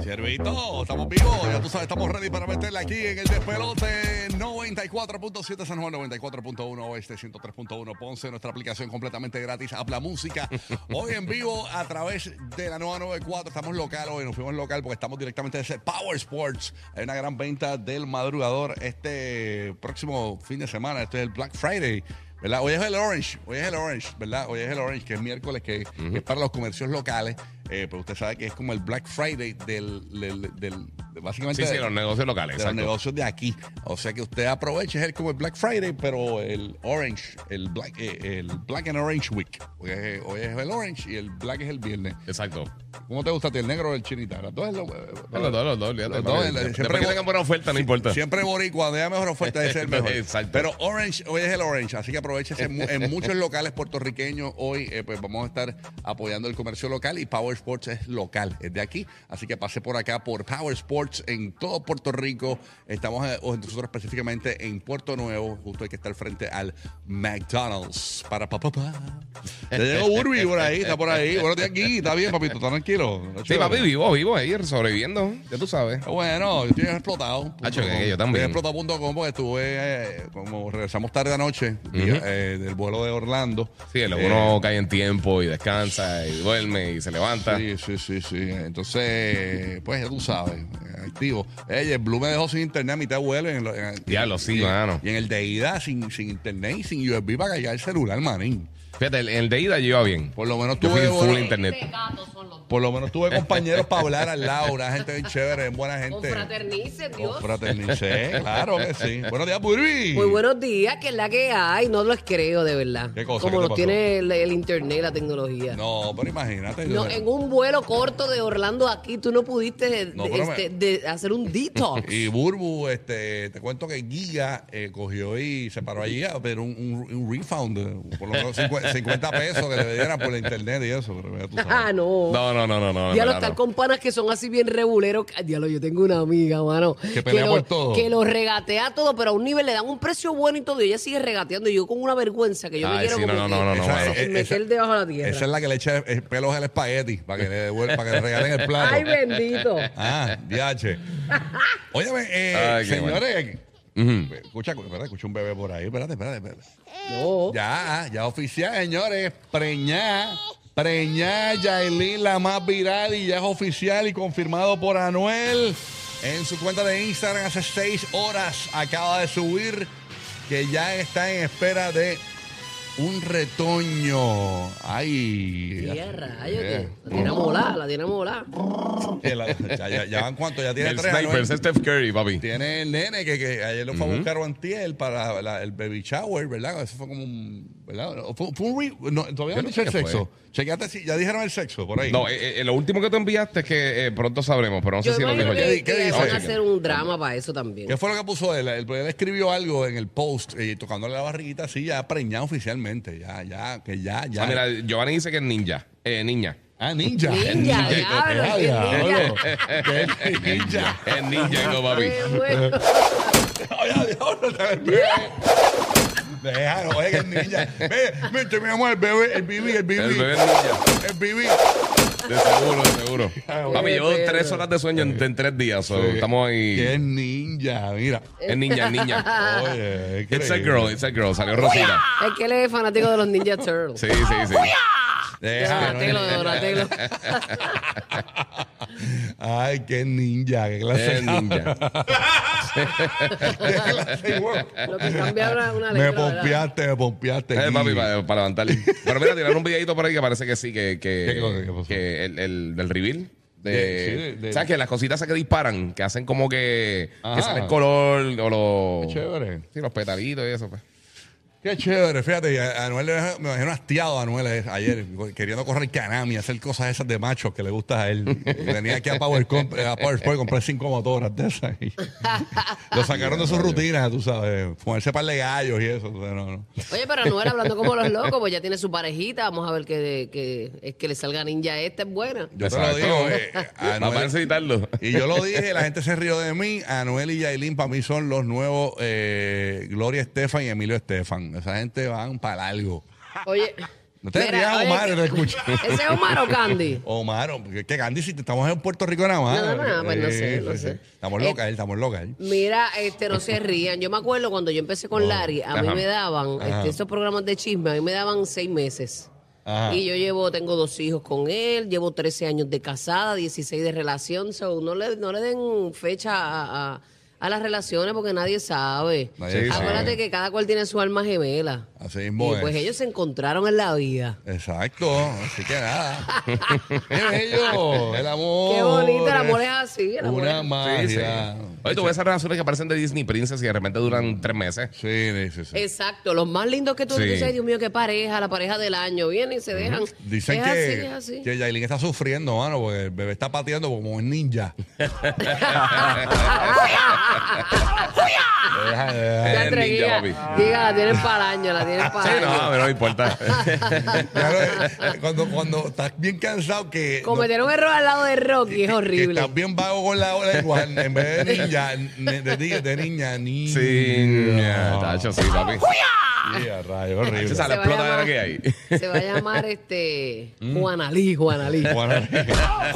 Ciervito, estamos vivos, ya tú sabes, estamos ready para meterle aquí en el despelote 94.7 San Juan, 94.1 Oeste, 103.1 Ponce, nuestra aplicación completamente gratis, Habla Música, hoy en vivo a través de la nueva 94, estamos local hoy, nos fuimos local porque estamos directamente desde Power Sports, hay una gran venta del madrugador este próximo fin de semana, este es el Black Friday. ¿Verdad? Hoy es el Orange, hoy es el Orange, ¿verdad? Hoy es el Orange, que es miércoles, que, que es para los comercios locales, eh, pero usted sabe que es como el Black Friday del, del- del- de- básicamente Sí, sí, de- los negocios locales. de los exacto. negocios de aquí. O sea que usted aproveche, es el- como el Black Friday, pero el Orange, el Black, eh, el Black and Orange Week. Hoy es, hoy es el Orange y el Black es el viernes. Exacto. ¿Cómo te gusta a ti, el negro o el chinita? Las dos es lo- eh, Los dos, los dos, olvídate, Los dos, papi. el- Después siempre- que tengan buena oferta, no importa. Siempre boricua, cuando haya mejor oferta es el mejor. Exacto. Pero Orange, hoy es el Orange, así que aprovechese en, mu- en muchos locales puertorriqueños hoy, eh, pues vamos a estar apoyando el comercio local y Power Sports es local, es de aquí, así que pase por acá por Power Sports en todo Puerto Rico. Estamos eh, o nosotros específicamente en Puerto Nuevo, justo hay que estar frente al McDonald's para papá. Ya llegó Burby por ahí, está por ahí. Bueno, está aquí, está bien, papito, está tranquilo. Sí, papi, vivo, vivo ahí, sobreviviendo. Ya tú sabes. Bueno, yo estoy explotado. Ah, yo que- yo también. Estoy explotado.com porque estuve, eh, como regresamos tarde anoche día, eh, del vuelo de Orlando. Sí, el Eh, uno cae en tiempo y descansa y duerme y se levanta. Sí, sí, sí, sí. Entonces, pues ya tú sabes, eh, activo. Ey, el Blue me dejó sin internet a mitad de vuelo. En lo- en- Diablo, sí, y, mano. Y en el de ida sin, sin internet y sin USB para cargar el celular, manín. Fíjate, el, el de ida yo iba bien. Por lo menos Yo fui tuve, full bueno, internet. por lo menos tuve compañeros para hablar al lado, una gente bien chévere, buena gente. Confraternice, Dios. Confraternicé, claro que sí. Buenos días, Burby. Muy buenos días, que es la que hay. No los creo, de verdad. ¿Qué cosa? ¿Qué te Como nos pasó? tiene el, el internet, la tecnología. No. No, pero imagínate. yo- en un vuelo corto de Orlando aquí, tú no pudiste No, de- pero este, de hacer un detox. Y Burbu, este, te cuento que Giga eh, cogió y se paró allí a ver un, un, un refund, eh, por lo menos 50, 50 pesos que le dieran por la internet y eso. Pero ya tú ah, sabes. no. No, no, no, no, no. en Diablo, verdad, estar no. con panas que son así bien reguleros. que- Diablo, yo tengo una amiga, mano. Que pelea lo, por todo. Que lo regatea todo, pero a un nivel le dan un precio bueno y todo. Y ella sigue regateando. Y yo con una vergüenza que yo me Ay, quiero sí, no, no, como que no, no, no, Esa mano. es- meter esa- debajo de la tierra. Esa es la que le echa el- el pelos al espagueti para que le devuelva, para que le regalen el plato. Ay, bendito. Ah, DH. Óyeme, eh, Ay, qué señores. Escucha, espérate, escucha un bebé por ahí. Espérate, espérate, espérate. No. Ya, ya oficial, señores. Preñá. Preñá Yailin, la más viral y ya es oficial y confirmado por Anuel. En su cuenta de Instagram hace seis horas acaba de subir que ya está en espera de un retoño. Ay. Sí, a rayos, Eh, que la tiene molada, la tiene molada. que la- ya, ya- ya van cuánto, ya tiene El tres sniper Anuel. ese es Steph Curry, papi. Tiene el nene que, que ayer lo fue a buscar o antier para la- el baby shower, ¿verdad? Eso fue como un... ¿Verdad? O Fue, fue un re- no, todavía no Yo no dicho el sé qué fue. sexo. Chequeate si... Ya dijeron el sexo por ahí. No, eh, eh, lo último que te enviaste es que eh, pronto sabremos, pero no sé Yo si lo imagino dijo que, ¿Qué ya. que dice? van Oye, a hacer un drama para eso también. ¿Qué fue lo que puso él? Él, él escribió algo en el post eh, tocándole la barriguita así, ya preñado oficialmente. Ya, ya, que ya, ya. Ah, mira, Giovanni dice que es ninja. Eh, niña. Ah, ninja. Ninja, diablo, Ah, qué diablo. Qué ninja. Es ninja, no, papi. Qué bueno. Oye, diablo, te bebé. Déjalo, oye, que es ninja. Ve, viste, mi amor, el bebé, el bebé, el bebé. El bebé es ninja. El bebé. De seguro, de seguro. Papi, llevo Qué tres horas de sueño en, en tres días. so, Estamos Que ahí. es ninja, mira. Es niña, es niña. Oye, es It's a increíble. girl, it's a girl. Salió Rosita. Es que él es fanático de los Ninja Turtles. Sí, sí, sí. Déjalo, Donatello, nena. Donatello. Ay, qué ninja, qué clase Es ninja. qué clase de huevo. Lo que cambia una, una letra. Me ¿verdad? pompeaste, me pompeaste. Eh, Gui. papi, para, para levantarle. Pero mira, tiraron un videito por ahí que parece que sí, que, que, ¿Qué cosa? ¿Qué pasó? que el, el del reveal. De, De- sí, de- de- ¿Sabes que Las cositas esas que disparan, que hacen como que, Ah. que sale el color o los. Qué chévere. Sí, los petalitos y eso. Pues. Qué chévere, fíjate, y a- Anuel le- me imagino hastiado a Anuel eh, ayer, queriendo correr canami, hacer cosas esas de machos que le gustas a él. Y Venía aquí a Power, Comp- a Power Sport a comprar cinco motoras de esas. y lo sacaron de sus rutinas, tú sabes, ponerse par de gallos y eso. o sea, no, no. Oye, pero Anuel hablando como los locos, pues ya tiene su parejita. Vamos a ver que, que es que le salga ninja esta es buena. Yo te lo Exacto. digo, eh, Va Anuel- a necesitarlo. Y yo lo dije, la gente se rió de mí. Anuel y Yailin para mí son los nuevos eh, Gloria Estefan y Emilio Estefan. Esa gente van para algo. Oye. No te rías, oye, Omar, que- te escucho. ¿Ese es Omar o Candy? Omar, o- que que Gandhi, si te estamos en Puerto Rico nada más. No, no, no, pues no sé, no sé. Estamos Eh, locales, estamos locales. Mira, este, no se rían. Yo me acuerdo cuando yo empecé con Larry, a mí Ajá. me daban Ajá. este, esos programas de chisme, a mí me daban seis meses. Ajá. Y yo llevo, tengo dos hijos con él, llevo 13 años de casada, 16 de relación. So, no, le, no le den fecha a, a- a las relaciones porque nadie sabe. Nadie sabe. Acuérdate que cada cual tiene su alma gemela. Así y mismo es. pues ellos se encontraron en la vida. Exacto, así que nada. Qué bello, el amor. Qué bonito, el amor es así, el amor Una es- Ah, magia. Oye, tú ves esas relaciones que parecen de Disney Princess y de repente duran tres meses. Sí, sí, Eh, sí. Exacto, los más lindos que tú Sí. dices, "Ay, Dios mío, qué pareja, la pareja del año, vienen y se dejan. Dicen es así, que, es así. que Yailin está sufriendo, mano, porque el bebé está pateando como un ninja. Deja, deja. Ya Es entre ninja, guía. papi. Diga, la tienen para año, la tienen para Sí, año. no, a mí no me importa. Claro, eh, cuando, cuando estás bien cansado que... no- Cometer un error al lado de Rocky es que horrible. estás bien vago con la ola igual, en vez de ninja, ne- de, ni- de Ah, niña, niña. sí, ña, tacho, sí, papi. Yeah, rayo, horrible. Esa es la Se va a explotadora llamar- que hay. Se va a llamar este Mm. Juanalí, Juanalí. Bueno,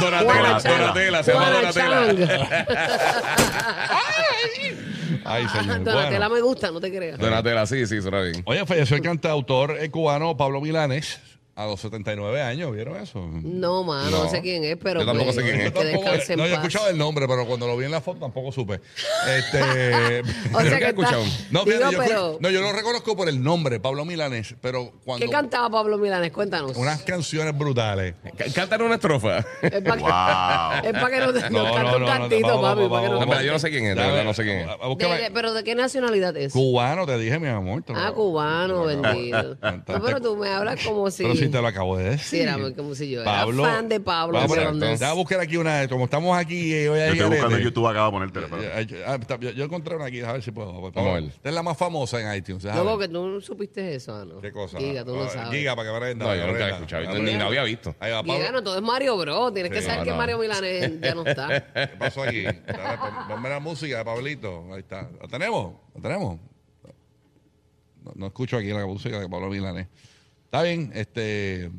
Donatella, Donatella, se llama Donatella. ay, señor. Donatella Bueno. me gusta, no te creas. Donatella, sí, sí, suena bien. Oye, falleció el cantautor eh, cubano Pablo Milanes a los 79 años, ¿vieron eso? No, mano, no. No. sé quién es, pero Yo tampoco pues, sé quién es. que Tampoco- descanse en no, yo he paz. escuchado el nombre, pero cuando lo vi en la foto tampoco supe. Este, O Creo sea que que he está- escuchado. no, Digo, fíjate, yo, escu- pero, no, yo lo reconozco por el nombre, Pablo Milanes, pero cuando... ¿qué cantaba Pablo Milanes? Cuéntanos. Unas canciones brutales. C- Cántale una estrofa. Es para que, es pa' que nos, nos No, cante no, no, un no, cantito, vamos, papi. vamos, pa' que nos No, vamos. pero yo no sé quién es, de Ya, verdad, ve- no sé quién es. a- a buscarme- De- de- pero ¿de qué nacionalidad es? Cubano, te dije, mi amor. te lo- pues. Ah, cubano, bendito. No, pero tú me hablas como si... Pero si te lo acabo de decir. Sí, era como si yo era fan de Pablo Vamos, Fernández. entonces, Déjame buscar aquí una. Como estamos aquí eh, hoy Yo ahí, estoy buscando en eh, YouTube, acaba de ponértela. espérate. eh, eh, ah, está, Yo, yo encontré una aquí, a ver si puedo. Vamos a ver. Esta es la más famosa en iTunes. déjame Luego ver. que tú no supiste eso, ah, ¿no? ¿Qué cosa? Giga, tú no Ah, sabes. Giga, para que aprendan. No, yo nunca la aprendan. he escuchado, Aprendan. ni la había visto. Ahí va, Giga, Pablo. no, todo es Mario Bro. Tienes que Sí, saber no, que no. Mario Milanes ya no está. ¿Qué pasó aquí? Dale, pon- Ponme la música de Pablito. Ahí está. ¿La tenemos? ¿La tenemos? No, no escucho aquí la música de Pablo Milanés. Está bien, este.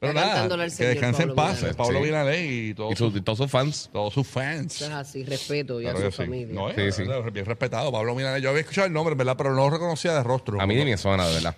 Pero Está nada, cantándole al que señor descanse en Pablo paz, Milanés. Pablo Sí. Milanés y todos, Y, su- sus- y todos sus fans. todos sus fans. Eso es así, respeto y Claro a que su sí. familia. No, Sí, eh, sí. eh, Bien respetado, Pablo Milanés. Yo había escuchado el nombre, ¿verdad? Pero no lo reconocía de rostro. A mí ni me suena, de verdad.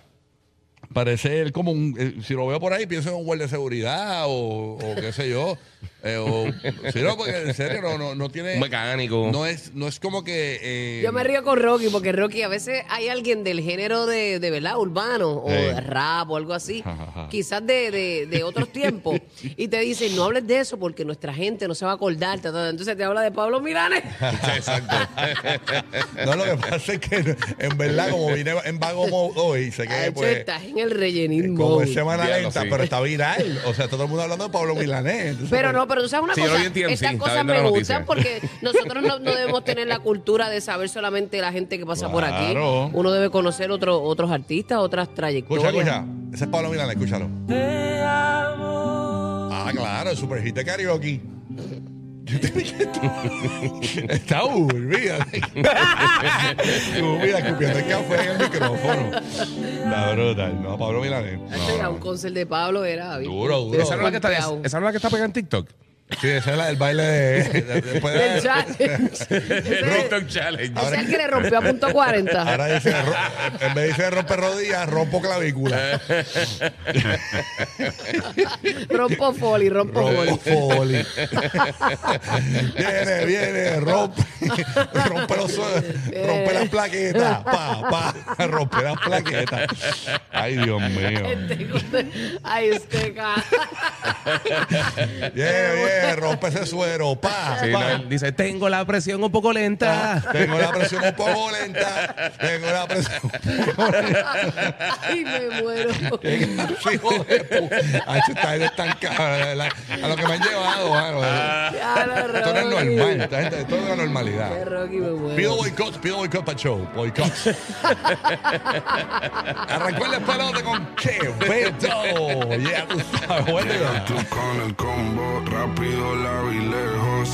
Parece él como un. eh, si lo veo por ahí, pienso en un guardia de seguridad o, o qué sé yo. eh, o, si no, porque en serio no, no, no tiene. Un mecánico. No es, no es como que. eh, Yo me río con Rocky porque Rocky a veces hay alguien del género de, de verdad urbano o Hey. de rap o algo así, Ajá. quizás de, de- de otros tiempos, y te dicen no hables de eso porque nuestra gente no se va a acordar. ta, ta, ta". Entonces te habla de Pablo Milanes. Ah, No, lo que pasa es que en verdad, como vine en vago mode hoy, se Ah, que hecho, pues. estás en el rellenismo. Como es semana Ya lo lenta, sé. pero está viral. O sea, está todo el mundo hablando de Pablo Milanés. Entonces, Pero no, pero tú sabes una Sí, yo lo cosa, vi en TMZ, estas estaba cosas viendo me la gustan noticia. porque nosotros no, no debemos tener la cultura de saber solamente la gente que pasa por aquí. Claro. Uno debe conocer otro- otros artistas, otras Escucha, trayectorias. escucha. Ese es Pablo Milanés, escúchalo. Ah, claro, el super hit de karaoke. Yo te vi que está- Está aburrida. Aburrida, escupiendo el café en el micrófono. Está brutal. No, Pablo Milanés. Era un concert de Pablo era ¿viste? Duro, duro. Pero ¿Esa no es la que está, golpeado. esa no es la que está pegada en TikTok? Sí, ese es la- el baile de. de- después de- El challenge. Ese- Rock Challenge. ese es el que le rompió a punto 40. ahora dice, ro- en vez de dice romper rodillas, rompo clavícula. Rompo foli, rompo foli. Rompo foli. viene, viene, rompe, rompe, los, rompe las plaquetas. Pa, pa, rompe las plaquetas. Ay, Dios mío. Ay, este ca- Viene, viene, rompe ese suero. Pa, Sí, pa. no, él dice, tengo la presión un poco lenta. Tengo la presión un poco lenta. Tengo la presión un poco lenta. Ay, me muero. Hijo de puta. Ay, esta gente es tan cabra, de verdad. A lo que me han llevado, mano. Ya lo Esto no es Rocky. normal. esta gente- Esto es una Ay, normalidad. Rocky, me muero. Pido boicot, pido boicot para el show. Boicot. Arrancó el despelote con Quevedo. Ya tú sabes, bueno. Tú con el combo, rápido, la vi lejos.